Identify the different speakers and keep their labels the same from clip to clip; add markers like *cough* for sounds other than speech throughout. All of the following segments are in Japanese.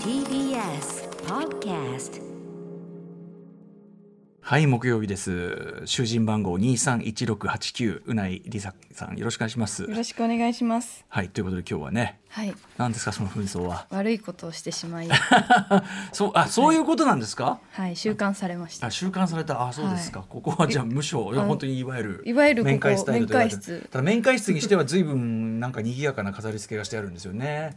Speaker 1: TBS Podcast
Speaker 2: はい木曜日です囚人番号二三一六八九うないりささんよろしくお願いします
Speaker 3: よろしくお願いします。
Speaker 2: はいということで今日はね
Speaker 3: はい、
Speaker 2: 何ですかその紛争は
Speaker 3: 悪いことをして
Speaker 2: *laughs*
Speaker 3: しまい、
Speaker 2: そうあそういうことなんですか、
Speaker 3: はい、収監されました
Speaker 2: あ。収監されたあそうですか、ここはじゃあ無償いや
Speaker 3: あの
Speaker 2: 本当にいわゆる
Speaker 3: いわゆるここ
Speaker 2: 面会スタイルと言われて
Speaker 3: 面会室
Speaker 2: ただ面会室にしては随分なんか賑やかな飾り付けがしてあるんですよね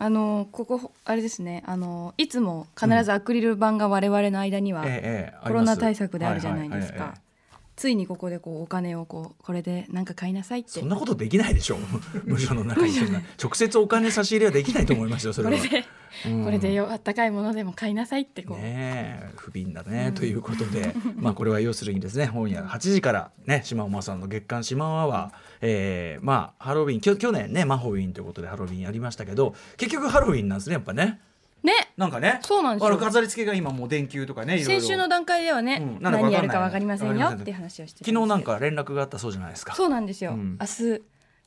Speaker 3: あのここあれですね。あのいつも必ずアクリル板が我々の間には
Speaker 2: ええええあ
Speaker 3: コ
Speaker 2: ります
Speaker 3: ロナ対策であるじゃないで
Speaker 2: は
Speaker 3: す
Speaker 2: はは
Speaker 3: か
Speaker 2: ええ。
Speaker 3: ついにここでこうお金をこうこれでなんか買いなさいって
Speaker 2: そん。なことできないでしょ無償の中にそん
Speaker 3: *laughs*
Speaker 2: な直接お金差し入れはできないと思いますよそ
Speaker 3: こ
Speaker 2: れは
Speaker 3: れで、
Speaker 2: うん
Speaker 3: これでよあったかいものでも買いなさいってこう、
Speaker 2: ねえ不憫だね、ということ
Speaker 3: *laughs*
Speaker 2: でまあこれは要するにですね本夜8時からね島尾さんの月刊「島尾アワー」えーまあハロウィンきょ去年ねマホウィンということでハロウィンやりましたけど結局ハロウィンなんですねやっぱね
Speaker 3: ね。
Speaker 2: なんかね
Speaker 3: そうなんですよ
Speaker 2: あの飾り付けが今もう電球とかねいろいろ
Speaker 3: 先週の段階ではね、
Speaker 2: うんなんだかわかんない
Speaker 3: 何やるかわかりませんよ
Speaker 2: わかりません
Speaker 3: っていう話をしてた
Speaker 2: 昨日なん
Speaker 3: ですけど
Speaker 2: か連絡があったそうじゃないですか
Speaker 3: そうなんですよ。
Speaker 2: うん
Speaker 3: 明日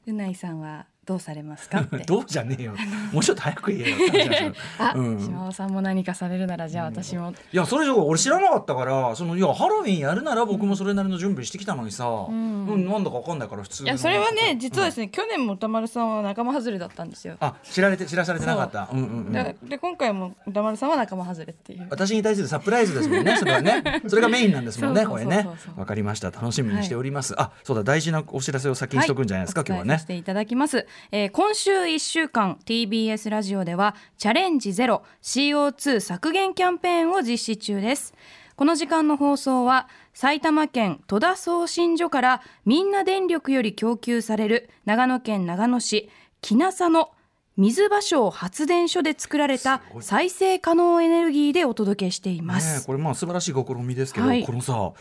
Speaker 3: うないさんはどうされます
Speaker 2: *laughs*。
Speaker 3: かって
Speaker 2: どうじゃねえよもうちょっと早く言えよって話なん
Speaker 3: *laughs*
Speaker 2: ですよ
Speaker 3: あ、
Speaker 2: うん
Speaker 3: 島尾さんも何かされるならじゃあ私も、
Speaker 2: いやそれじゃ俺知らなかったからそのいやハロウィンやるなら僕もそれなりの準備してきたのにさ、うん
Speaker 3: ん
Speaker 2: なんだかわかんないから普通
Speaker 3: い
Speaker 2: の
Speaker 3: やそれは
Speaker 2: う
Speaker 3: ね
Speaker 2: ん
Speaker 3: 実はですね、去年も歌丸さんは仲間外れだったんですよ、
Speaker 2: あ知られて知らされてなかった。うんうんうん
Speaker 3: でで今回も歌丸さんは仲間外れっていう
Speaker 2: 私に対するサプライズですもんね。それは
Speaker 3: *laughs*
Speaker 2: ね、それがメインなんですもんね。
Speaker 3: そ
Speaker 2: こ
Speaker 3: うそ
Speaker 2: れ
Speaker 3: う
Speaker 2: ね
Speaker 3: そうそ。う
Speaker 2: わかりました。楽しみにしております。あ、そうだ。大事なお知らせを先にしとくんじゃないですか。今日は
Speaker 3: お伝え
Speaker 2: ね
Speaker 3: させ。ていただきます、えー今週1週間 TBS ラジオではチャレンジゼロ CO2 削減キャンペーンを実施中ですこの時間の放送は埼玉県戸田送信所からみんな電力より供給される長野県長野市木那佐の水場所発電所で作られた
Speaker 2: すごい
Speaker 3: 再生可能エネルギーでお届けしていま
Speaker 2: ね
Speaker 3: す。
Speaker 2: これまあ素晴らしい試みですけど、
Speaker 3: はい
Speaker 2: このさ。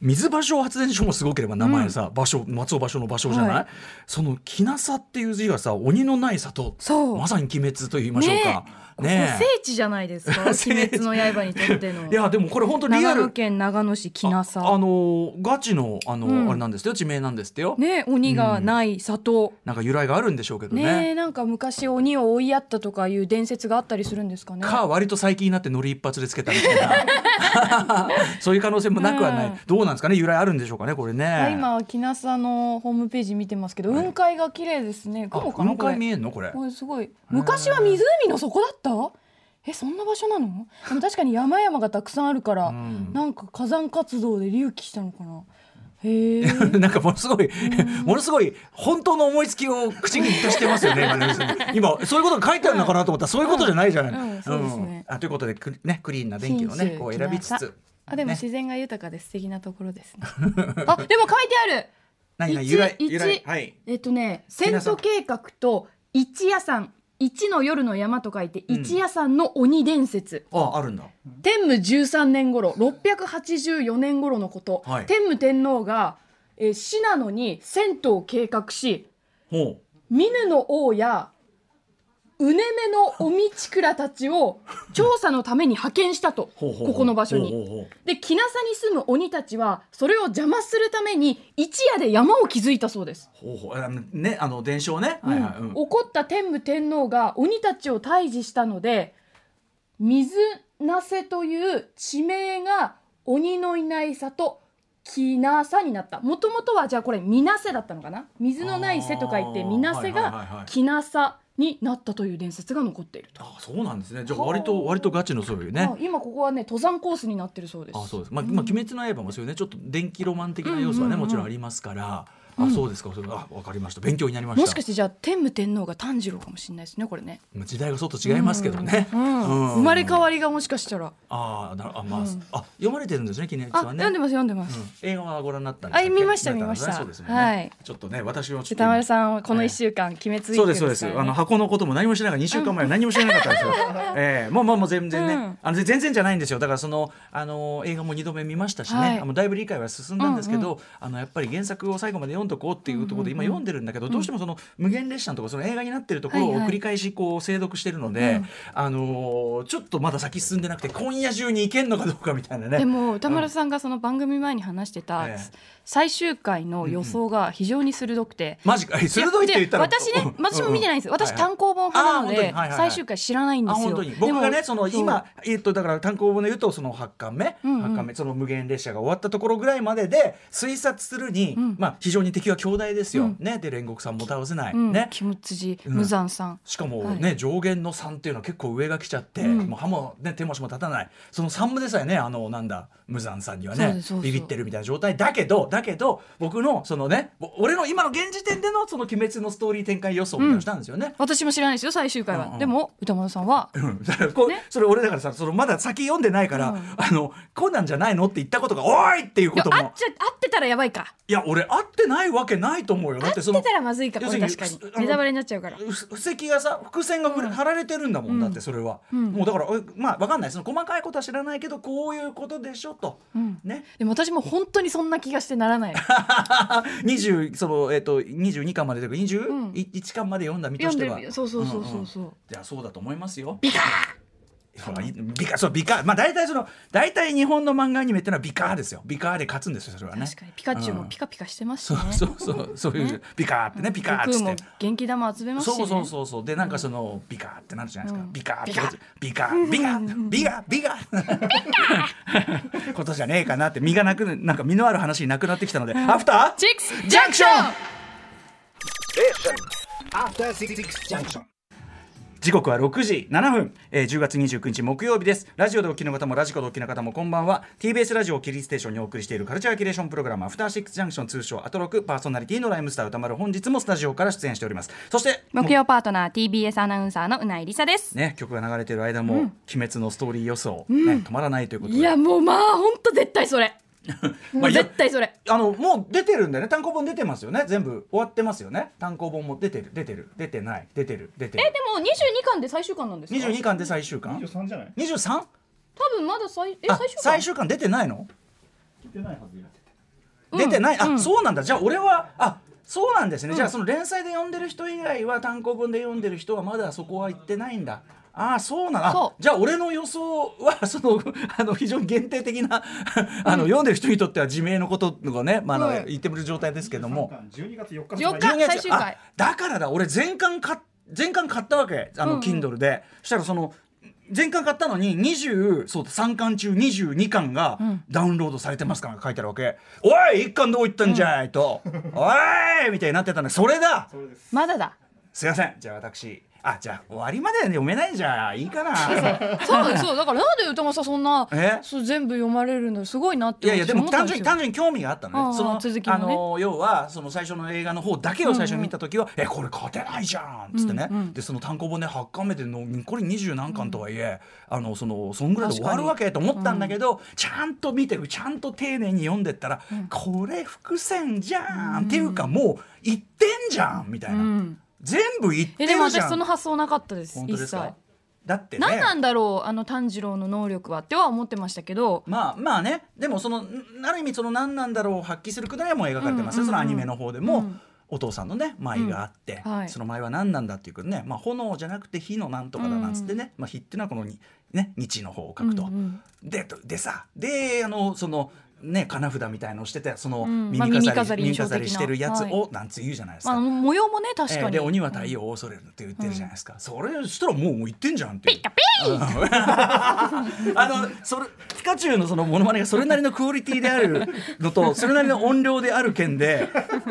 Speaker 2: 水場所発電所もすごければ名前さ、場所松尾場所の場所じゃない、
Speaker 3: はい
Speaker 2: その「きなさ」っていう字がさ鬼のない里
Speaker 3: そう
Speaker 2: まさに鬼滅と言いましょうかね
Speaker 3: もう
Speaker 2: え
Speaker 3: 聖地じゃないですか
Speaker 2: *laughs* 聖地
Speaker 3: 鬼滅の刃にとっての
Speaker 2: いやでもこれ本当リア
Speaker 3: 長
Speaker 2: ル
Speaker 3: 野県長野市木那佐
Speaker 2: ああのーガチのあの、
Speaker 3: うん
Speaker 2: あれなんですよ地名なんですってよ、
Speaker 3: ね鬼がない里、
Speaker 2: なんか由来があるんでしょうけど
Speaker 3: ね
Speaker 2: ね
Speaker 3: えなんか昔鬼を追いやったとかいう伝説があったりするんですかね
Speaker 2: か割と最近になってノリ一発でつけたみたい
Speaker 3: *laughs*
Speaker 2: なそういう可能性もなくはない、
Speaker 3: うん
Speaker 2: どうなんですかね由来あるんでしょうかねこれね、
Speaker 3: あ今木那さんのホームページ見てますけど雲海が綺麗ですね
Speaker 2: あ
Speaker 3: 雲かな
Speaker 2: 雲
Speaker 3: これ
Speaker 2: 海見えんのこれ
Speaker 3: これすごい昔は湖の底だったえそんな場所なのでも確かに山々がたくさんあるから、
Speaker 2: ん
Speaker 3: なんか火山活動で隆起したのかなへえ
Speaker 2: *laughs* なんかものすごい、ものすごい本当の思いつきを口に出してますよね今ね
Speaker 3: *laughs*
Speaker 2: 今そういうことが書いてあるのかなと思ったら、そういうことじゃないじゃない、
Speaker 3: うんうんそうですね
Speaker 2: あということでク,、ね、クリーンな電気をねこう選びつ
Speaker 3: 品種
Speaker 2: つ
Speaker 3: あでも
Speaker 2: ね
Speaker 3: 自然が豊かで素敵なところですね *laughs* あでも書いてある
Speaker 2: 何が
Speaker 3: 一
Speaker 2: 由来
Speaker 3: 一
Speaker 2: 由来はい
Speaker 3: えっとね、遷都計画と一夜さん。一の夜の山と書いて、
Speaker 2: うん
Speaker 3: 一夜さんの鬼伝説。
Speaker 2: ああるんだ
Speaker 3: 天武13年頃、684年頃のこと、
Speaker 2: はい
Speaker 3: 天武天皇が、えー、信濃に遷都を計画し、
Speaker 2: ほ
Speaker 3: ミヌの王や、うねめのおみちくらたちを調査のために派遣したと、
Speaker 2: うほうほうほう
Speaker 3: ここの場所
Speaker 2: ほう
Speaker 3: に。
Speaker 2: ほうほう
Speaker 3: で、木なさに住む鬼たちは、それを邪魔するために、一夜で山を築いたそうです。
Speaker 2: ほうほうあのねあの伝承ね、はいはいうん
Speaker 3: 怒った天武天皇が鬼たちを退治したので水なせという地名が鬼のいない里きなさになったもともとはじゃあこれみなせだったのかな水のないせと書いて
Speaker 2: あー
Speaker 3: みな
Speaker 2: は
Speaker 3: せ
Speaker 2: いはいはいは
Speaker 3: が
Speaker 2: い
Speaker 3: きなさになったという伝説が残っていると、
Speaker 2: あそうなんですねじゃあ割と割とガチのそういうね
Speaker 3: あ今ここはね登山コースになってるそうです
Speaker 2: あそうですまあ、まあ、鬼滅の刃もそういうねちょっと電気ロマン的な要素はね、もちろんありますから、あそうですかそれあわかりました勉強になりました
Speaker 3: もしかしてじゃあ天武天皇が炭治郎かもしれないですねこれね、
Speaker 2: まあ時代がちょっと違いますけどね、
Speaker 3: うん
Speaker 2: うん
Speaker 3: 生まれ変わりがもしかしたら
Speaker 2: あーなあまあ、あ読まれてるんですね鬼
Speaker 3: あ
Speaker 2: 滅はね
Speaker 3: 読んでます読んでます、
Speaker 2: うん映画はご覧になったんですか
Speaker 3: あ見ました
Speaker 2: 見
Speaker 3: 見ました
Speaker 2: そうですもんね、
Speaker 3: はい
Speaker 2: ちょっとね私はちょっと
Speaker 3: 歌丸さんはこの1週間、鬼滅ウィー
Speaker 2: そう
Speaker 3: ク
Speaker 2: で
Speaker 3: です
Speaker 2: そ
Speaker 3: すか
Speaker 2: うです。
Speaker 3: ら、ね、
Speaker 2: あの箱のことも何もしなかった2週間前は何もしなかったんですよ。ええもうまあもう全然ね、
Speaker 3: うん
Speaker 2: あの全然じゃないんですよ。だからそのあの映画も2度目見ましたしね、
Speaker 3: はい
Speaker 2: あのだいぶ理解は進んだんですけど、あのやっぱり原作を最後まで読んとこうっていうところで今読んでるんだけど、どうしてもその無限列車のところその映画になってるところ
Speaker 3: はい
Speaker 2: を
Speaker 3: はい
Speaker 2: 繰り返しこう精読してるので、あのーちょっとまだ先進んでなくて今夜中に行けんのかどうかみたいなね。
Speaker 3: でも歌丸さんがその番組前に話してた
Speaker 2: ええ
Speaker 3: 最終回の予想が非常に鋭くて。
Speaker 2: マジかえ
Speaker 3: いや
Speaker 2: 鋭いって言ったら
Speaker 3: で私ね
Speaker 2: うん
Speaker 3: 私も見てないんです
Speaker 2: う
Speaker 3: よ
Speaker 2: んうん
Speaker 3: 私単行本派なの
Speaker 2: あー本当に
Speaker 3: で
Speaker 2: はいはいはい
Speaker 3: 最終回知らないんで
Speaker 2: あ
Speaker 3: すよ
Speaker 2: 本当に僕が
Speaker 3: で
Speaker 2: ね
Speaker 3: も
Speaker 2: その
Speaker 3: そう
Speaker 2: 今えっとだから単行本で言うとその八巻目、
Speaker 3: うんうん
Speaker 2: 八巻目その無限列車が終わったところぐらいまでで推察するに、
Speaker 3: ん
Speaker 2: まあ非常に敵は強大ですよ、
Speaker 3: うん
Speaker 2: ねで煉獄さんも倒せない、
Speaker 3: うん
Speaker 2: ね。
Speaker 3: キム辻
Speaker 2: うん
Speaker 3: 無惨さん
Speaker 2: しかも
Speaker 3: はい
Speaker 2: ね、上限の3っていうのは結構上が来ちゃって、
Speaker 3: うん
Speaker 2: もう歯も、ね、手も足も立たないその3部でさえねあのなんだ無惨さんには
Speaker 3: そうで
Speaker 2: ね
Speaker 3: すそうです
Speaker 2: ビビってるみたいな状態だけどだけど僕のそのねぼ俺の今の現時点でのその鬼滅のストーリー展開予想みたいなのしたんですよね。
Speaker 3: 私も知らないですよ最終回
Speaker 2: うんう
Speaker 3: は
Speaker 2: ん
Speaker 3: でも歌丸さんは
Speaker 2: うんだからこうそれ俺だからさそのまだ先読んでないから、
Speaker 3: うん
Speaker 2: あのこうなんじゃないのって言ったことが「おい!」っていう
Speaker 3: い
Speaker 2: こ
Speaker 3: や
Speaker 2: と
Speaker 3: 合っ
Speaker 2: も
Speaker 3: ちゃ合ってたらやばいか
Speaker 2: いや俺合ってないわけないと思うよ
Speaker 3: 合
Speaker 2: だっ
Speaker 3: って
Speaker 2: てその
Speaker 3: たらまずいかこれ
Speaker 2: 要す
Speaker 3: 確
Speaker 2: る
Speaker 3: か
Speaker 2: にあの
Speaker 3: にネタバレになっちゃうから
Speaker 2: ふ布石がさ伏線がぶれ張られてるんだもん、だってそれは、
Speaker 3: うん
Speaker 2: もうだからえまあわかんないその細かいことは知らないけどこういうことでしょと、
Speaker 3: うん
Speaker 2: ね
Speaker 3: でも私も本当にそんな気がしてならない
Speaker 2: *laughs* 20そのえっ、と22巻までというか
Speaker 3: うん
Speaker 2: 21巻まで読んだ身と
Speaker 3: 読
Speaker 2: して
Speaker 3: んで
Speaker 2: は、
Speaker 3: るそうそうそうそうそう
Speaker 2: じゃあそうだと思いますよ。ビカービカそうビカーまあ大体その大体日本の漫画アニメってのはビカーですよビカーで勝つんですよそれはね
Speaker 3: 確かにピカチュウも
Speaker 2: うん
Speaker 3: ピカピカしてます
Speaker 2: そ
Speaker 3: しね
Speaker 2: うそうそうそういう、
Speaker 3: ね
Speaker 2: ビカーってねビカーっ
Speaker 3: 悟
Speaker 2: つっ
Speaker 3: 空も
Speaker 2: て
Speaker 3: 元気玉集めます
Speaker 2: そ
Speaker 3: しね
Speaker 2: うそうそうそうでなんかそのビカーってなるじゃないですか、
Speaker 3: うん
Speaker 2: ビカーってことビカービカービカービカー
Speaker 3: *laughs*
Speaker 2: ことじゃねえかなって身がなくなんか身のある話になくなってきたので、アフター
Speaker 3: チックスジャンクション
Speaker 4: After Six Junction.
Speaker 2: 時刻は6時7分、えー10月29日木曜日ですラジオでお聞きの方もラジコでお聞きの方もこんばんは TBS ラジオをキリーステーションにお送りしているカルチャーキュレーションプログラムアフターシックスジャンクション通称アトロクパーソナリティのライムスター歌丸本日もスタジオから出演しておりますそして
Speaker 3: 木曜パートナー TBS アナウンサーのうないりさです
Speaker 2: ね曲が流れている間も、鬼滅のストーリー予想、ね止まらないということで
Speaker 3: いやもうまあ本当絶対それ
Speaker 2: *laughs* まあいや
Speaker 3: 絶対それ
Speaker 2: あのもう出てるんだよね単行本出てますよね全部終わってますよね単行本も出てる出てる出てない出てる出て
Speaker 3: え
Speaker 2: る
Speaker 3: でも22巻で最終巻なんですか
Speaker 2: 22巻で最終巻
Speaker 4: 23じゃない
Speaker 2: 23?
Speaker 3: 多分まだ最え
Speaker 2: あ
Speaker 3: 最終巻
Speaker 2: 最終巻出てないの
Speaker 4: 聞いてないはずよ。
Speaker 2: 出てない、あ、
Speaker 3: うん
Speaker 2: そうなんだじゃあ俺はあそうなんですね、じゃあその連載で読んでる人以外は単行本で読んでる人はまだそこは行ってないんだああそうなんだ
Speaker 3: そう
Speaker 2: じゃあ俺の予想はその *laughs* あの非常に限定的な *laughs* あの、読んでる人にとっては自明のことがね、まああの
Speaker 3: うん
Speaker 2: 言ってくる状態ですけども、
Speaker 4: 12月4日
Speaker 3: 四日
Speaker 4: 発売
Speaker 3: 最終回
Speaker 2: あだからだ俺全巻買っ全巻買ったわけあ
Speaker 3: うんう
Speaker 2: の
Speaker 3: ん
Speaker 2: Kindle で、そしたらその全巻買ったのに20そう3巻中22巻が
Speaker 3: ん
Speaker 2: ダウンロードされてますから書いてあるわけ「おい1巻どういったんじゃい!」
Speaker 3: *laughs*
Speaker 2: と「おい!」みたいになってたんだそれだ
Speaker 4: それです。
Speaker 3: ま
Speaker 2: *laughs*
Speaker 3: だだ
Speaker 2: すいませんじゃあ私あじゃあ終わりまで読めないんじゃいいかな
Speaker 3: そうそうだからなんで歌丸さんそんな
Speaker 2: え
Speaker 3: そう全部読まれるのすごいなって
Speaker 2: いやいや
Speaker 3: 私
Speaker 2: で
Speaker 3: 思
Speaker 2: も
Speaker 3: った
Speaker 2: 単
Speaker 3: んです
Speaker 2: 純
Speaker 3: よ
Speaker 2: に単純に興味があったの
Speaker 3: ああ
Speaker 2: ね。その
Speaker 3: 続きも
Speaker 2: あ
Speaker 3: ね
Speaker 2: の要はその最初の映画の方だけを最初に見た時は、えこれ勝てないじゃんっつってね。
Speaker 3: うんうん
Speaker 2: でその単行本で8巻目でのこれ二十何巻とはいえ、あのそのそんぐらいで終わるわけと思ったんだけど、ちゃんと見てるちゃんと丁寧に読んでったら、これ伏線じゃん、っていうかもう言ってんじゃんみたいな、
Speaker 3: うん
Speaker 2: 全部言って
Speaker 3: え
Speaker 2: るじ
Speaker 3: で
Speaker 2: ゃん。
Speaker 3: も私その発想なかったです
Speaker 2: 本当
Speaker 3: 一
Speaker 2: です
Speaker 3: 切
Speaker 2: か。だってね。
Speaker 3: 何なんだろうあの炭治郎の能力はっては思ってましたけど
Speaker 2: まあまあねでもそのんある意味その何なんだろうを発揮するくだりはもう描かれてますよ、
Speaker 3: うん
Speaker 2: そ
Speaker 3: うんうん
Speaker 2: のアニメの方でも。お父さんのね舞があって、
Speaker 3: うんはい
Speaker 2: その舞は何なんだっていうことね、まあ、炎じゃなくて火のなんとかだなんつってね、まあ、火っていうのはこのに、ね、日の方を書くと。
Speaker 3: うんうん
Speaker 2: でとでさであのそのね金札みたいのをしててその
Speaker 3: うん
Speaker 2: 耳
Speaker 3: まあ
Speaker 2: 飾り,、
Speaker 3: 耳飾り印
Speaker 2: 耳
Speaker 3: 象的な
Speaker 2: 飾りしてるやつを、なんつ言うじゃないです
Speaker 3: まああ
Speaker 2: か。
Speaker 3: の模様もね確かに、
Speaker 2: えーで鬼は太陽を恐れるって言ってるじゃないですか、それしたらもうもう言ってんじゃんっていう
Speaker 3: ピッカピー
Speaker 2: *laughs* あのそれピカチュウのそのモノマネがそれなりのクオリティであるのとそれなりの音量である件で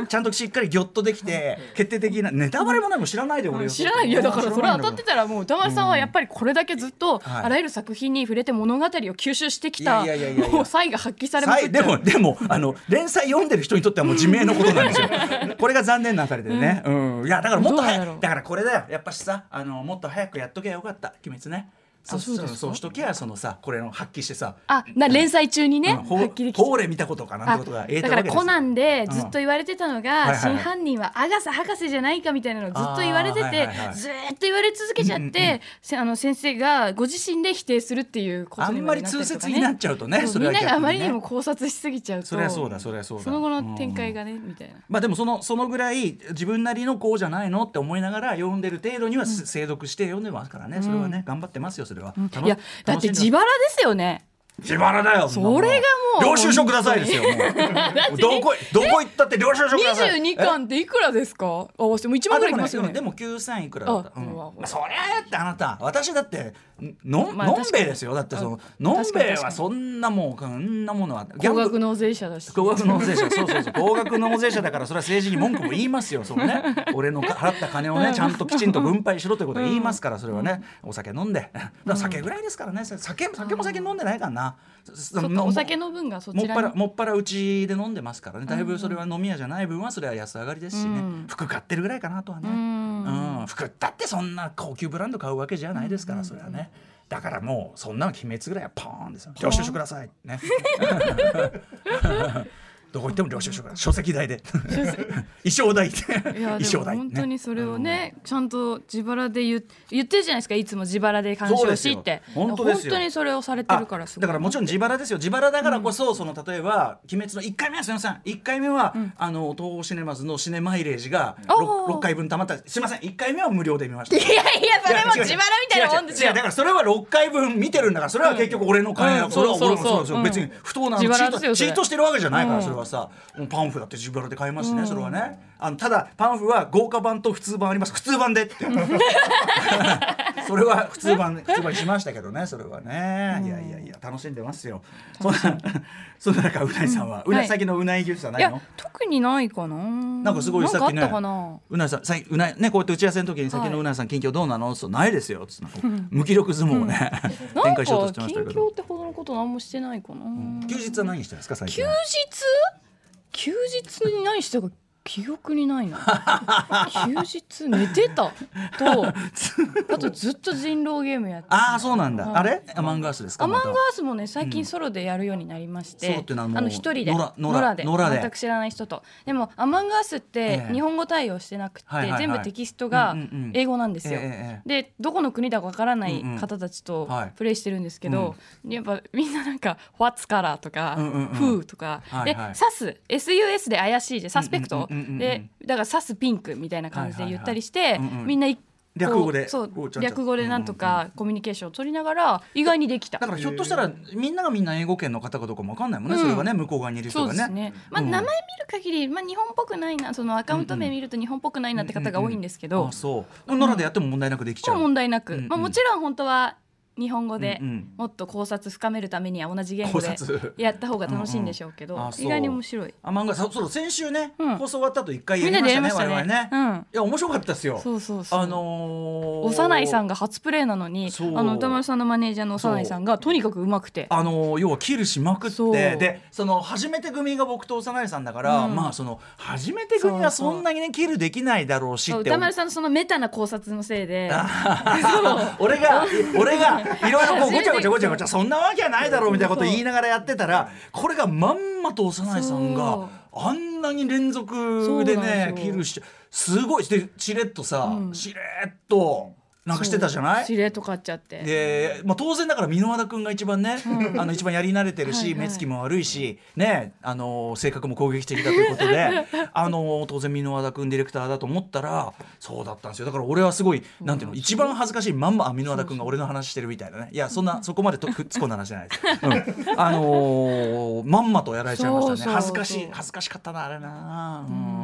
Speaker 2: ちゃんとしっかりギョッとできて決定的なネタバレも何も知らないで俺
Speaker 3: 知らないよだからそれ当たってたらもう歌丸さんはやっぱりこれだけずっと
Speaker 2: はい
Speaker 3: あらゆる作品に触れて物語を吸収してきた
Speaker 2: いやいやいやいやいや
Speaker 3: もう才が発揮されま
Speaker 2: は
Speaker 3: くっ
Speaker 2: い、
Speaker 3: て
Speaker 2: でもでもあの連載読んでる人にとってはもう自明のことなん
Speaker 3: *laughs*
Speaker 2: ですよこれが残念なあたりでね、うんいやだからもっと
Speaker 3: どうなん
Speaker 2: 早
Speaker 3: だろ
Speaker 2: く
Speaker 3: う
Speaker 2: だからこれだよやっぱしさあのもっと早くやっときゃよかった鬼滅ねそ
Speaker 3: そ
Speaker 2: し
Speaker 3: うです
Speaker 2: た
Speaker 3: から
Speaker 2: そうしときゃそのさこれの発揮してさ
Speaker 3: あな連載中に
Speaker 2: う
Speaker 3: ね、
Speaker 2: んほ
Speaker 3: は
Speaker 2: う
Speaker 3: っきり聞い
Speaker 2: ほうれ見たことかなん
Speaker 3: あ
Speaker 2: てことが
Speaker 3: だからコナ
Speaker 2: ン
Speaker 3: ンでずっと言われてた
Speaker 2: う
Speaker 3: のが、
Speaker 2: んはいはいはい
Speaker 3: 真犯人はアガサ博士じゃないかみたいなのをずっと言われてて、
Speaker 2: あーはいはいはい
Speaker 3: ずーっと言われ続けちゃって、せあの先生がご自身で否定するっていうこと
Speaker 2: あん
Speaker 3: に
Speaker 2: ま
Speaker 3: まで
Speaker 2: り
Speaker 3: なった
Speaker 2: 通
Speaker 3: りと
Speaker 2: 説
Speaker 3: か
Speaker 2: になっ
Speaker 3: ね
Speaker 2: ちゃうとね
Speaker 3: そう
Speaker 2: そ
Speaker 3: み
Speaker 2: れ
Speaker 3: ん
Speaker 2: は
Speaker 3: ながあまりに
Speaker 2: 逆
Speaker 3: も
Speaker 2: ね
Speaker 3: 考察しすぎちゃうと
Speaker 2: それはそうだそれはそうだ
Speaker 3: その後の展開がね、みたいな
Speaker 2: まあでもそのそのぐらい自分なりのこうじゃないのって思いながら読んでる程度にはす精読して読んでますからね、それはね頑張ってますよそれは、楽し
Speaker 3: いやだって自腹ですよね
Speaker 2: 自腹だよんな
Speaker 3: それがもう
Speaker 2: 領収書くださいですよも
Speaker 3: *laughs*
Speaker 2: うどこどこ行ったって領収書ください
Speaker 3: 22巻っていくらですか合わせてもう
Speaker 2: あ
Speaker 3: 1万ぐ
Speaker 2: でも
Speaker 3: らいいき
Speaker 2: ね
Speaker 3: ますよね
Speaker 2: でも九三いくらだった。
Speaker 3: あ
Speaker 2: うん
Speaker 3: うわ
Speaker 2: まあそりゃだってあなた、私だっての
Speaker 3: まあ
Speaker 2: のん
Speaker 3: 確か
Speaker 2: べ
Speaker 3: に
Speaker 2: いですよ。だってその
Speaker 3: あ
Speaker 2: のん
Speaker 3: 確かに
Speaker 2: べい
Speaker 3: 確か
Speaker 2: は
Speaker 3: に
Speaker 2: そんなもうこんなものは
Speaker 3: 高
Speaker 2: ギャンブ
Speaker 3: 額納税者だし
Speaker 2: 高額納税者そうそうそう高額納税者だからそれは政治に文句も言いますよそのね俺の払った金をねちゃんときちんと分配しろということは言いますからそれはねお酒飲んでだから酒ぐらいですからね酒酒も酒飲んでないからなそ
Speaker 3: そっかお酒の分がそ
Speaker 2: も
Speaker 3: ち
Speaker 2: っ
Speaker 3: ら
Speaker 2: ぱ
Speaker 3: に
Speaker 2: らもっぱらうちで飲んでますからねだいぶそれは飲み屋じゃない分はそれは安上がりですしね、
Speaker 3: うん
Speaker 2: 服買ってるぐらいかなとはね、
Speaker 3: うん
Speaker 2: うん服だってそんな高級ブランド買うわけじゃないですから、それはねだからもうそんなの鬼滅ぐらいはポーンですよ領収書ください
Speaker 3: *laughs*
Speaker 2: ねどこ行っても領収書ください書籍代で *laughs* 衣装代で
Speaker 3: い
Speaker 2: 衣
Speaker 3: やで
Speaker 2: 装
Speaker 3: も
Speaker 2: 代
Speaker 3: 本当
Speaker 2: ね
Speaker 3: にそれをね、ちゃんと自腹で言っ言ってるじゃないですかいつも自腹で鑑
Speaker 2: そう
Speaker 3: 賞
Speaker 2: です
Speaker 3: し
Speaker 2: よ
Speaker 3: って
Speaker 2: 本当ですよ
Speaker 3: 本にそれをされて
Speaker 2: あ
Speaker 3: るからすごい
Speaker 2: だからもちろん自腹ですよ自腹だからこそ、その例えば「鬼滅」の1回目はすみません1回目は、あの東宝シネマズのシネマイレージが 6,
Speaker 3: おー
Speaker 2: 回分たまったすみません1回目は無料で見ました
Speaker 3: いやいやそれも
Speaker 2: 違う違う
Speaker 3: 自腹みたいなもんです
Speaker 2: 違う違
Speaker 3: よ
Speaker 2: うだからそれは6回分見てるんだからそれは結局俺の金だ、
Speaker 3: うん
Speaker 2: それは俺の
Speaker 3: うんそうそう
Speaker 2: そうそう
Speaker 3: うん
Speaker 2: 別に不当なチ
Speaker 3: 自腹
Speaker 2: ー
Speaker 3: ですよ
Speaker 2: ト
Speaker 3: そ
Speaker 2: チ
Speaker 3: れ
Speaker 2: ートしてるわけじゃないから、
Speaker 3: うん
Speaker 2: それはさもうパンフだって自腹で買いますしね、それはねあのただパンフは豪華版と普通版あります普通版
Speaker 3: *laughs*
Speaker 2: でって *laughs* それは普通版普通版にしましたけどねそれはね、いやいやいや楽しんでますよそんなそんな中うないさんは、うな
Speaker 3: はい
Speaker 2: い最近のうない技術はないい
Speaker 3: や
Speaker 2: の
Speaker 3: 特にないかなな
Speaker 2: なんかすごい
Speaker 3: なん
Speaker 2: さ
Speaker 3: か
Speaker 2: っ
Speaker 3: あっ
Speaker 2: きね
Speaker 3: たかな
Speaker 2: うなえさんさいうなえねこうやって打ち合わせの時に先
Speaker 3: は
Speaker 2: の
Speaker 3: いう
Speaker 2: なえさん近況どうなのそうないですよつって無気力相撲をね
Speaker 3: なん
Speaker 2: *laughs* 展
Speaker 3: か
Speaker 2: 開しようとしてまし
Speaker 3: 近
Speaker 2: たけ
Speaker 3: 況
Speaker 2: ど
Speaker 3: ってほどのこと何もしてないかな、
Speaker 2: 休日は何してるんですか最
Speaker 3: 休
Speaker 2: 近
Speaker 3: 日休日に何したか記憶にないな休日寝てた
Speaker 2: *laughs*
Speaker 3: とあとずっと人狼ゲームやって
Speaker 2: ああそうなんだ
Speaker 3: はい
Speaker 2: あれアマンガースですか
Speaker 3: アマンガー
Speaker 2: また
Speaker 3: スもね最近ソロでやるようになりまし
Speaker 2: うん
Speaker 3: て、
Speaker 2: ソロってのはもう
Speaker 3: あの一人で
Speaker 2: ノラノラ
Speaker 3: で
Speaker 2: ノラで
Speaker 3: 全く知らない人とでもアマンガースっ
Speaker 2: え
Speaker 3: て
Speaker 2: え
Speaker 3: 日本語対応してなくて、
Speaker 2: はいはいはい
Speaker 3: 全部テキストが
Speaker 2: うんうんうん
Speaker 3: 英語なんです
Speaker 2: ええ
Speaker 3: よ、
Speaker 2: ええ
Speaker 3: でどこの国だかわからない
Speaker 2: うんうん
Speaker 3: 方たちと
Speaker 2: はい
Speaker 3: プレイしてるんですけど、やっぱみんななんか「What's color?」とか
Speaker 2: うんうんうん
Speaker 3: 「Who?」とか、
Speaker 2: はいはい
Speaker 3: で「サス SUS」で怪しいで「サスペクト」
Speaker 2: うんうんうんうんうん
Speaker 3: でだから「サスピンク」みたいな感じで言ったりして、
Speaker 2: いはいうんうん
Speaker 3: みんなこう
Speaker 2: 略語で
Speaker 3: そう
Speaker 2: こうちゃんちゃん
Speaker 3: 略語でなんとかコミュニケーションを取りながら意外にで
Speaker 2: *laughs*
Speaker 3: きた
Speaker 2: だからひょっとしたらみんながみんな英語圏の方かどうかもわかんないもんね
Speaker 3: うん
Speaker 2: それはね向こう側にいる
Speaker 3: そ
Speaker 2: 人
Speaker 3: うで
Speaker 2: が
Speaker 3: す
Speaker 2: ね
Speaker 3: ね。まあ、
Speaker 2: うん
Speaker 3: 名前見る限り、まあ、日本っぽくないな、そのアカウント名見ると日本っぽくないなって方が多いんですけど。
Speaker 2: あそうノラでやっても問題なくできちゃ
Speaker 3: もう
Speaker 2: う
Speaker 3: 問題なく、
Speaker 2: うんうん
Speaker 3: まあ、もちろん本当は日本語で
Speaker 2: うんうん
Speaker 3: もっと考察深めるためには同じ言語で
Speaker 2: *laughs* 考 *laughs* 察
Speaker 3: やった方が楽しいんでしょうけど、
Speaker 2: うんうんあそう
Speaker 3: 意外に面白い。
Speaker 2: アマンガースそうそう先週ね
Speaker 3: うん
Speaker 2: 放送終わった後一回
Speaker 3: み
Speaker 2: や
Speaker 3: ん
Speaker 2: り
Speaker 3: な
Speaker 2: ま
Speaker 3: で
Speaker 2: し
Speaker 3: や
Speaker 2: た
Speaker 3: りま
Speaker 2: ね
Speaker 3: した
Speaker 2: 我々
Speaker 3: ね
Speaker 2: ね。
Speaker 3: うん、
Speaker 2: いや面白かったですよ
Speaker 3: そうそうそう。
Speaker 2: あのー
Speaker 3: 幼いさんが初プレイなのに
Speaker 2: そう
Speaker 3: あの歌丸さんのマネージャーの幼いさんがとにかくうまくて
Speaker 2: あの要はキルしまくっ
Speaker 3: そう
Speaker 2: てでその初めて組が僕と幼いさんだから、
Speaker 3: うん
Speaker 2: まあその初めて組はそんなにねキルできないだろうし
Speaker 3: そう
Speaker 2: って
Speaker 3: 歌丸さんのそのメタな考察のせいで
Speaker 2: 俺
Speaker 3: *laughs*
Speaker 2: が俺がいろいろこ
Speaker 3: 初
Speaker 2: うご
Speaker 3: めて
Speaker 2: ちゃごちゃごちゃごちゃそんなわけはないだろうみたいなこと言いながらやってたらこれがまんまと幼いさん
Speaker 3: そう
Speaker 2: があんなに連続で
Speaker 3: そうなん
Speaker 2: ね
Speaker 3: です
Speaker 2: キ
Speaker 3: よ
Speaker 2: ルしちゃすごいでしれっとさ、しれっとなんかしてたじゃない
Speaker 3: 指令とかっちゃって。
Speaker 2: で、まあ、当然だから箕輪田君が一番ね、あの一番やり慣れてるし
Speaker 3: はいはい
Speaker 2: 目つきも悪いし、ねあの性格も攻撃的だということ
Speaker 3: *laughs*
Speaker 2: であの当然箕輪田君ディレクターだと思ったらそうだったんですよだから俺はすごいなんていうの一番恥ずかしいまんまあ箕輪田君が俺の話してるみたいなねいやそんなそこまでとくっつこんな話じゃないです、うんあのーまんまとやられちゃいましたね
Speaker 3: そうそうそう
Speaker 2: 恥ずかしい恥ずかしかったなあれなうん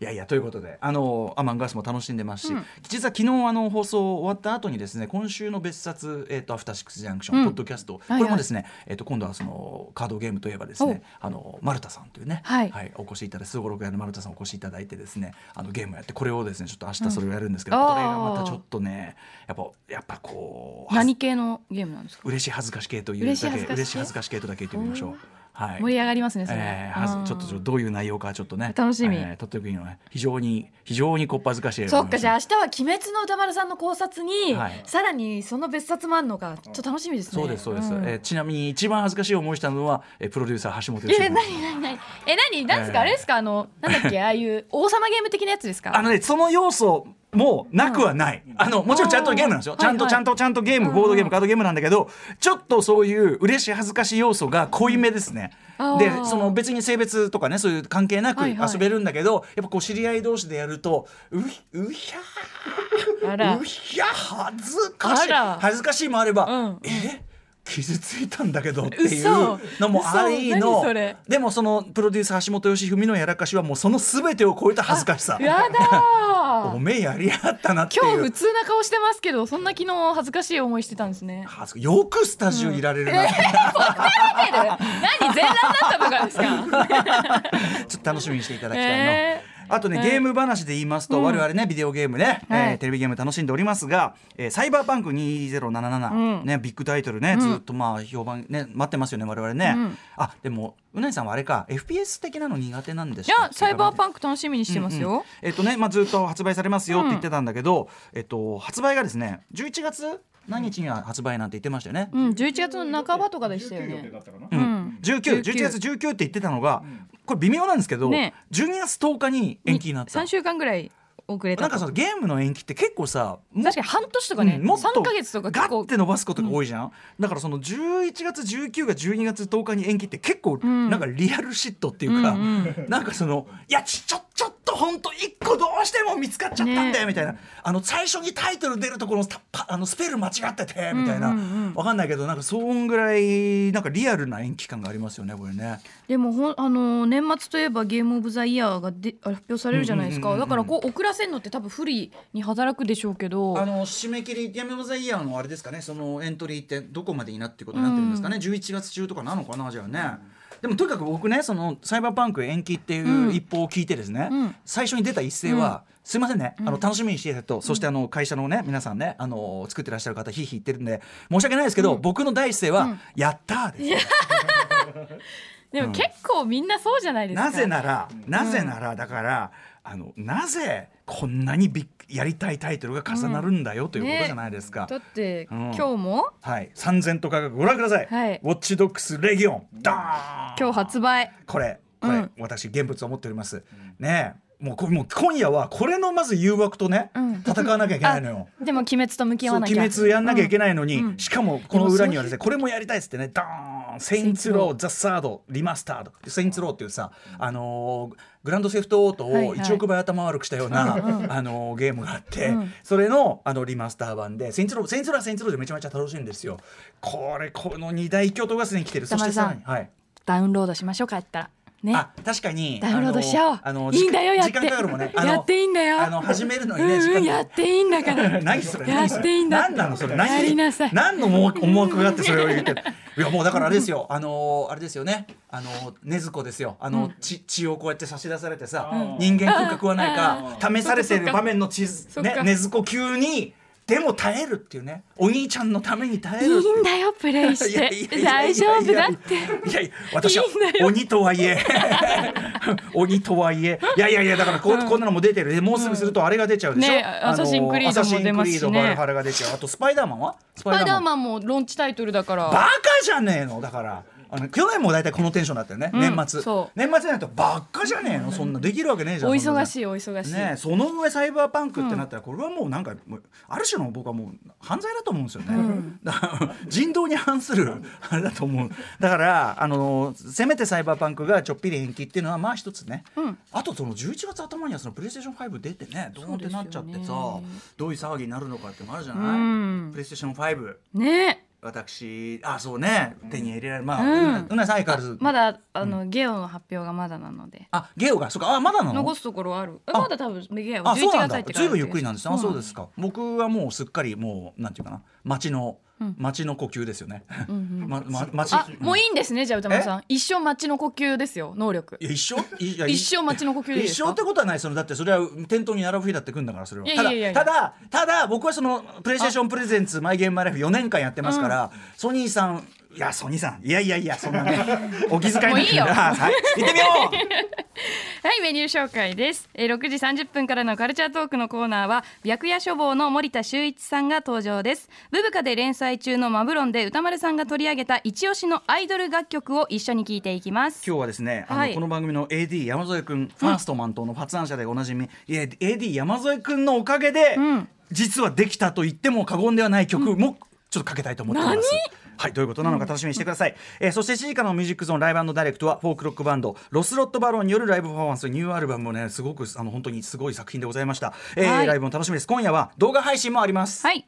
Speaker 2: いやいやということであのアマンガースも楽しんでますし、実は昨日あの放送終わった後にですね今週の別冊、えー、とアフターシックスジャンクション、
Speaker 3: うん
Speaker 2: ポッドキャスト、
Speaker 3: はい
Speaker 2: これもですね、えー、と今度はそのカードゲームといえばですねあの丸田さんというね、
Speaker 3: はい
Speaker 2: お越しいただいてすごろく屋の丸田さんお越しいただいてですねあのゲームやってこれをですねちょっと明日それをやるんですけど、
Speaker 3: うん
Speaker 2: これがま
Speaker 3: あ
Speaker 2: た
Speaker 3: ー
Speaker 2: ちょっとねやっぱやっぱこう
Speaker 3: 何系のゲームなんですか。
Speaker 2: 嬉しい恥ずかし系というだ
Speaker 3: 嬉しい
Speaker 2: け
Speaker 3: 恥ずかし系
Speaker 2: 嬉しい恥ずかし系とだけ言ってみましょう。はい
Speaker 3: 盛り上がりますねそれ、
Speaker 2: えーはず
Speaker 3: うん
Speaker 2: ちょっとちょっとどういう内容かちょっとね
Speaker 3: 楽しみ
Speaker 2: えー取ってくるのは非常に非常にこっぱずかしい
Speaker 3: そっかじゃあ明日は「鬼滅の歌丸さん」の考察に、
Speaker 2: はい
Speaker 3: さらにその別冊もあるのかちょっと楽しみですね
Speaker 2: そうですそうです、
Speaker 3: ん
Speaker 2: えーちなみに一番恥ずかしい思いしたのは、えープロデューサー橋本
Speaker 3: え
Speaker 2: 由
Speaker 3: な何何何え何何ですか、
Speaker 2: えー
Speaker 3: あれですかあのなんだっけ
Speaker 2: *laughs*
Speaker 3: ああいう王様ゲーム的なやつですか
Speaker 2: あのねその要素もなくはない、あのもちろんちゃんとゲームなんですよ
Speaker 3: あー
Speaker 2: ちゃんと
Speaker 3: はい
Speaker 2: ちゃ
Speaker 3: はい
Speaker 2: んとちゃんとゲームボードゲームカードゲームなんだけどちょっとそういう嬉しい恥ずかしい要素が濃いめですね
Speaker 3: あー
Speaker 2: でその別に性別とかねそういう関係なく
Speaker 3: はいはい
Speaker 2: 遊べるんだけど、やっぱこう知り合い同士でやるとうひうひゃ
Speaker 3: あら
Speaker 2: うひゃ恥ずかしい
Speaker 3: あら
Speaker 2: 恥ずかしいもあれば、
Speaker 3: うん
Speaker 2: え傷ついたんだけどっていう
Speaker 3: 嘘
Speaker 2: のもあり
Speaker 3: 嘘何
Speaker 2: の
Speaker 3: それ
Speaker 2: でもそのプロデューサー橋本良文のやらかしはもうその全てを超えた恥ずかしさ
Speaker 3: やだ
Speaker 2: *laughs* お
Speaker 3: ー
Speaker 2: めえやりやったなって
Speaker 3: 今
Speaker 2: い
Speaker 3: 日普
Speaker 2: う
Speaker 3: 通な顔してますけどそんな昨日恥ずかしい思いしてたんで
Speaker 2: *laughs*
Speaker 3: すね
Speaker 2: 恥ずよくスタジオいられるな、
Speaker 3: 何全裸になっ
Speaker 2: *laughs*
Speaker 3: たとかですか
Speaker 2: ちょっと楽しみにしていただきたいな、
Speaker 3: え
Speaker 2: あとね、
Speaker 3: はい
Speaker 2: ゲーム話で言いますと、我々ねビデオゲームね、
Speaker 3: はい
Speaker 2: えーテレビゲーム楽しんでおりますが「えーサイバーパンク2077、
Speaker 3: うん
Speaker 2: ね」ビッグタイトルね、ずっとまあ評判ね待ってますよね我々ね、
Speaker 3: うん
Speaker 2: あでもうなぎさんはあれか FPS 的なの苦手なんで
Speaker 3: ー
Speaker 2: す
Speaker 3: いやサイバー
Speaker 2: ンク
Speaker 3: パンク楽しみにしてますよ、
Speaker 2: うんうんえっとね、まあ、ずっと発売されますよって言ってたんだけど、えっと、発売がですね11月何日には発売なんて言ってましたよね、
Speaker 3: うん、11月の半ばとかでしたよね。
Speaker 4: だったかな
Speaker 2: う
Speaker 3: うんん、
Speaker 2: 19
Speaker 3: 19
Speaker 2: 11月19って言ってたのが、これ微妙なんですけど、
Speaker 3: ね
Speaker 2: 12月10日に延期になった
Speaker 3: 3週間ぐらい遅れ
Speaker 2: な
Speaker 3: た
Speaker 2: んか
Speaker 3: と
Speaker 2: そのゲームの延期って結構さも
Speaker 3: 確かに半年とかね、
Speaker 2: うんもっと
Speaker 3: 3か月とか
Speaker 2: ガ
Speaker 3: 結構
Speaker 2: ッて伸ばすことが多いじゃん、だからその11月19が12月10日に延期って結構
Speaker 3: ん
Speaker 2: なんかリアルシットっていうか、
Speaker 3: うん
Speaker 2: なんかそのいやちちょちょっとほんと1個どうしても見つかっちゃったんだよ
Speaker 3: ね
Speaker 2: みたいな、あの最初にタイトル出るところのたパあのスペル間違っててみたいな、
Speaker 3: うんうんうん
Speaker 2: わかんないけどなんかそんぐらいなんかリアルな延期感がありますよねこれね。
Speaker 3: でもほんあのー年末といえばゲームオブザイヤーがであ発表されるじゃないですか、
Speaker 2: うんうんうんうん
Speaker 3: だからこう遅らせるのって多分不利に働くでしょうけど
Speaker 2: あの締め切り、ゲームオブザイヤーのあれですかね、そのエントリーってどこまでになってことになってるんですかね、11月中とかなのかな、じゃあね。でもとにかく僕ね、そのサイバーパンク延期っていう一報を聞いてですね、
Speaker 3: うん
Speaker 2: 最初に出た一声は、すいませんね、あの楽しみにしていたと、そしてあの会社のね、皆さんね、あの作ってらっしゃる方、ひいひい言ってるんで、申し訳ないですけど、僕の第一声は、やったーです。
Speaker 3: でも結構みんなそうじゃないですか、
Speaker 2: なぜなら、なぜならだからあのなぜこんなにビッグやりたいタイトルが重なるんだよということじゃないですか。
Speaker 3: だって、
Speaker 2: うん
Speaker 3: 今日も
Speaker 2: はい、三千と価格ご覧ください。
Speaker 3: はい
Speaker 2: ウォッチドックスレギオン。ダーン。
Speaker 3: 今日発売
Speaker 2: これ、これ、
Speaker 3: うん
Speaker 2: 私現物を持っております。ねえ、もうこ、もう今夜はこれのまず誘惑とね、
Speaker 3: うん
Speaker 2: 戦わなきゃいけないのよ。
Speaker 3: でも鬼滅と向き合
Speaker 2: そう
Speaker 3: わな
Speaker 2: 鬼
Speaker 3: きゃ
Speaker 2: 滅やんなきゃいけないのに、
Speaker 3: うん
Speaker 2: しかもこの裏にはですねこれもやりたいっつってねダーン「セインツローザ・サードリマスタード」「セインツロー」っていうさ、あのーグランドセフトオート
Speaker 3: はい
Speaker 2: を
Speaker 3: はい
Speaker 2: 1億倍頭悪くしたような、 *laughs* あのーゲームがあって、
Speaker 3: うん
Speaker 2: それのあのリマスター版で「セインツロー」「セインツロー」は「セインツロー」でめちゃめちゃ楽しいんですよ。これこの二大巨頭がすでに来てるそしてさらに、はい、
Speaker 3: ダウンロードしましょう帰ったらね
Speaker 2: あ確かに
Speaker 3: ダウンロードしちゃおう
Speaker 2: あのーあのー
Speaker 3: いいんだよやっ
Speaker 2: 時
Speaker 3: て
Speaker 2: 間時間かかるもんねあの
Speaker 3: やっていいんだよ
Speaker 2: あの始めるのにね時
Speaker 3: うん
Speaker 2: 間かか
Speaker 3: うんや
Speaker 2: る
Speaker 3: っていいん
Speaker 2: *laughs*
Speaker 3: だから
Speaker 2: 何それ
Speaker 3: やっていいんだ
Speaker 2: 何なのそれ何
Speaker 3: やりなさい
Speaker 2: 何の思惑思惑があってそれを言ってる
Speaker 3: *laughs*
Speaker 2: いやもうだからあれですよあのーあれですよねあのー禰豆子ですよあの、血血をこうやって差し出されてさ、
Speaker 4: うん
Speaker 2: 人間食うか食わないか試されて
Speaker 3: そっかそっ
Speaker 2: る
Speaker 3: か
Speaker 2: 場面の地図
Speaker 3: そっ
Speaker 2: ね
Speaker 3: か
Speaker 2: 禰豆子級にでも耐えるっていうねお兄ちゃんのために耐
Speaker 3: い
Speaker 2: えるっていう
Speaker 3: いんだよプレイし
Speaker 2: いやいやいや
Speaker 3: て
Speaker 2: いや
Speaker 3: 大丈夫だって
Speaker 2: いやいや私はい
Speaker 3: いんだよ
Speaker 2: 鬼とはいえ *laughs* 鬼とはいえいやいやいやだからこ,、うこんなのも出てるもうすぐするとあれが出ちゃうでしょ、
Speaker 3: ねアサシンクリードも
Speaker 2: アサシン
Speaker 3: 出ますしね
Speaker 2: クリードバルハラが出ちゃうあとスパイダーマンはス
Speaker 3: スパイダーマンもローンチタイトルだから
Speaker 2: バカじゃねえのだからあの去年も大体このテンションだったよね、
Speaker 3: うん
Speaker 2: 年末
Speaker 3: そう
Speaker 2: 年末になるとバカじゃねえのそんなできるわけねえじゃん
Speaker 3: お忙し
Speaker 2: い
Speaker 3: いお忙しい、
Speaker 2: ねえ、その上サイバーパンクってなったらこれはもうなんかもうある種の僕はもう犯罪だと思うんですよね、だから *laughs* 人道に反するあれだと思うだからあのせめてサイバーパンクがちょっぴり延期っていうのはまあ一つね、
Speaker 3: うん
Speaker 2: あとその11月頭にはそのプレイステーション5出てねどうってなっちゃってさ、
Speaker 3: そう
Speaker 2: どういう騒ぎになるのかってもあるじゃ
Speaker 3: う
Speaker 2: ない
Speaker 3: ん
Speaker 2: プレイステーション5
Speaker 3: ね
Speaker 2: 私あそうね手に入れられるまあ、
Speaker 3: うん
Speaker 2: うなさん相変わらず
Speaker 3: まだあの、ゲオの発表がまだなので
Speaker 2: あゲオがそうかあまだなの
Speaker 3: 残すところあるえまだ多分ゲオ
Speaker 2: あ、そうな
Speaker 3: 11
Speaker 2: ん
Speaker 3: 月入
Speaker 2: だ
Speaker 3: って。から、
Speaker 2: ずいぶんゆっくりなんですね。あ、そうですすか。僕はもうすっかりもうなんていうかな、街の
Speaker 3: ん
Speaker 2: 街の呼吸ですよね。
Speaker 3: うんうん
Speaker 2: まま街
Speaker 3: あもういいんですねじゃあ歌丸さん一生街の呼吸ですよ能力
Speaker 2: いや一生いやい
Speaker 3: 一生街の呼吸でいいで
Speaker 2: 一
Speaker 3: す
Speaker 2: 生
Speaker 3: か
Speaker 2: ってことはないそのだってそれは店頭に並ぶ日だってくんだからそれはい
Speaker 3: やいやいやい
Speaker 2: た
Speaker 3: や
Speaker 2: だただただ僕はそのプレイステーションプレゼンツマイゲームマイライフ4年間やってますからソニーさんいやソニーさんいやいやいやそん
Speaker 3: *laughs*
Speaker 2: なお気遣いなく
Speaker 3: もうい
Speaker 2: *laughs*
Speaker 3: いよ
Speaker 2: はい行ってみよ
Speaker 3: はいメニュー紹介です、えー、6時30分からのカルチャートークのコーナーは白夜処方の森田修一さんが登場ですブブカで連載中のマブロンで歌丸さんが取り上げた一押しのアイドル楽曲を一緒に聴いていきま
Speaker 2: う
Speaker 3: す
Speaker 2: 今日はですねあの、
Speaker 3: はい
Speaker 2: この番組の AD 山添君ファーストマントの発案者でおなじみ、いや AD 山添君のおかげで、
Speaker 3: ん
Speaker 2: 実はできたと言っても過言ではない曲も、ちょっとかけたいと思っています。はい、どういうことなのか楽しみにしてください。えーそして7時からのミュージックゾーンライブダイレクトはフォークロックバンドロスロットバロンによるライブパフォーマンスニューアルバムもねすごくあの本当にすごい作品でございました。えー
Speaker 3: はい
Speaker 2: ライブも楽しみです。今夜は動画配信もあります。
Speaker 3: はい。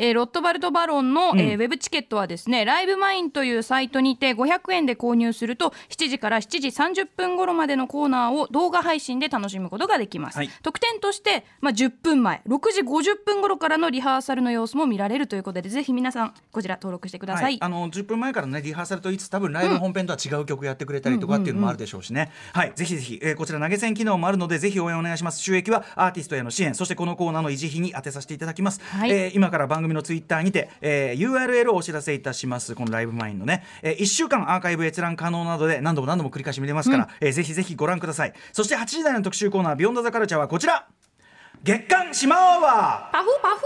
Speaker 3: えーロットバルト・バロンの、えーウェブチケットはですねライブマインというサイトにて500円で購入すると7時から7時30分頃までのコーナーを動画配信で楽しむことができます、
Speaker 2: はい
Speaker 3: 特典として、まあ、10分前6時50分頃からのリハーサルの様子も見られるということでぜひ皆さんこちら登録してくださ、
Speaker 2: はいい、あの10分前からねリハーサルといつ多分ライブ本編とは違う曲やってくれたりとかっていうのもあるでしょうしね、はいぜひぜひ、えーこちら投げ銭機能もあるのでぜひ応援お願いします収益はアーティストへの支援そしてこのコーナーの維持費に当てさせていただきます、
Speaker 3: はい
Speaker 2: えー今から番組のツイッターにて、えー URL をお知らせいたしますこのライブマインのね、え1週間アーカイブ閲覧可能などで何度も何度も繰り返し見れますから、えーぜひぜひご覧くださいそして8時台の特集コーナー「ビヨンドザカルチャーはこちら月刊シマワワー
Speaker 3: パフパフ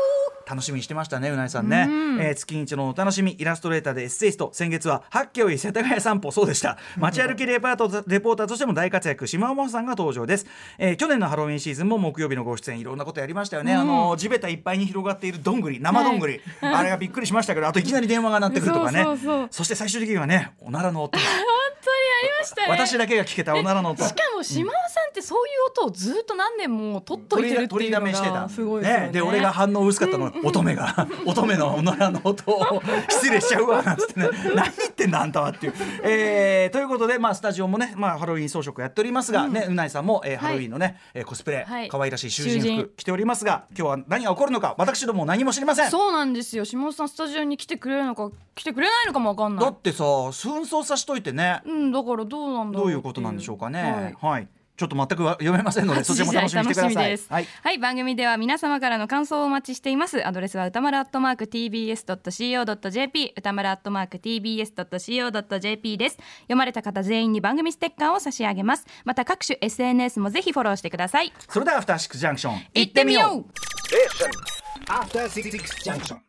Speaker 2: 楽しみにしてましたねうなえさんね、えー月に一度のお楽しみイラストレーターでエッセイスト先月は八景よい世田谷散歩そうでした街歩きレポートレポーターとしても大活躍島尾さんが登場です、えー去年のハロウィンシーズンも木曜日のご出演いろんなことやりましたよね、あの地べたいっぱいに広がっているどんぐり生どんぐり、あれがびっくりしましたけどあといきなり電話が鳴ってくるとかね
Speaker 3: そうそうそう
Speaker 2: して最終的にはねおなら
Speaker 3: *laughs*
Speaker 2: の音
Speaker 3: 本当にありましたね
Speaker 2: 私だけが聞けたおならの音
Speaker 3: しかも島尾さんってそういう音をずっと何年も取っといてるって
Speaker 2: 取
Speaker 3: い
Speaker 2: り
Speaker 3: う
Speaker 2: だ
Speaker 3: の
Speaker 2: めしてた
Speaker 3: がすごいですよね
Speaker 2: で俺が反応薄かったのは乙女が *laughs* 乙女のおならの音
Speaker 3: *laughs*
Speaker 2: を失礼しちゃうわなんつってね何言ってんだあんたはっていう、えーということでまあスタジオもねまあハロウィン装飾やっておりますがねうないさんもえーハロウィンのねえーコスプレ
Speaker 3: はい
Speaker 2: 可愛らしい囚人
Speaker 3: 囚人
Speaker 2: 服着ておりますが今日は何が起こるのか私ども何も知りません
Speaker 3: そうなんですよ島尾さんスタジオに来てくれるのか来てくれないのかもわかんな
Speaker 2: だ
Speaker 3: い
Speaker 2: ってさ紛争さしといてね
Speaker 3: うんだからどうなんだろ
Speaker 2: ど
Speaker 3: う
Speaker 2: ういうことなんでしょうか
Speaker 3: は
Speaker 2: ね
Speaker 3: い
Speaker 2: はいちょっと全くわ読めませんのでそちらも楽しみにしてくだ
Speaker 3: 8時台楽しみ
Speaker 2: さ
Speaker 3: で
Speaker 2: い
Speaker 3: すは
Speaker 2: はい
Speaker 3: い、番組では皆様からの感想をお待ちしていますアドレスは歌丸アットマーク tbs.co.jp 歌丸アットマーク tbs.co.jp です読まれた方全員に番組ステッカーを差し上げますまた各種 SNS もぜひフォローしてください
Speaker 2: それではアフターシックスジャンクション
Speaker 3: 行ってみよう
Speaker 5: アフターシックスジャンクション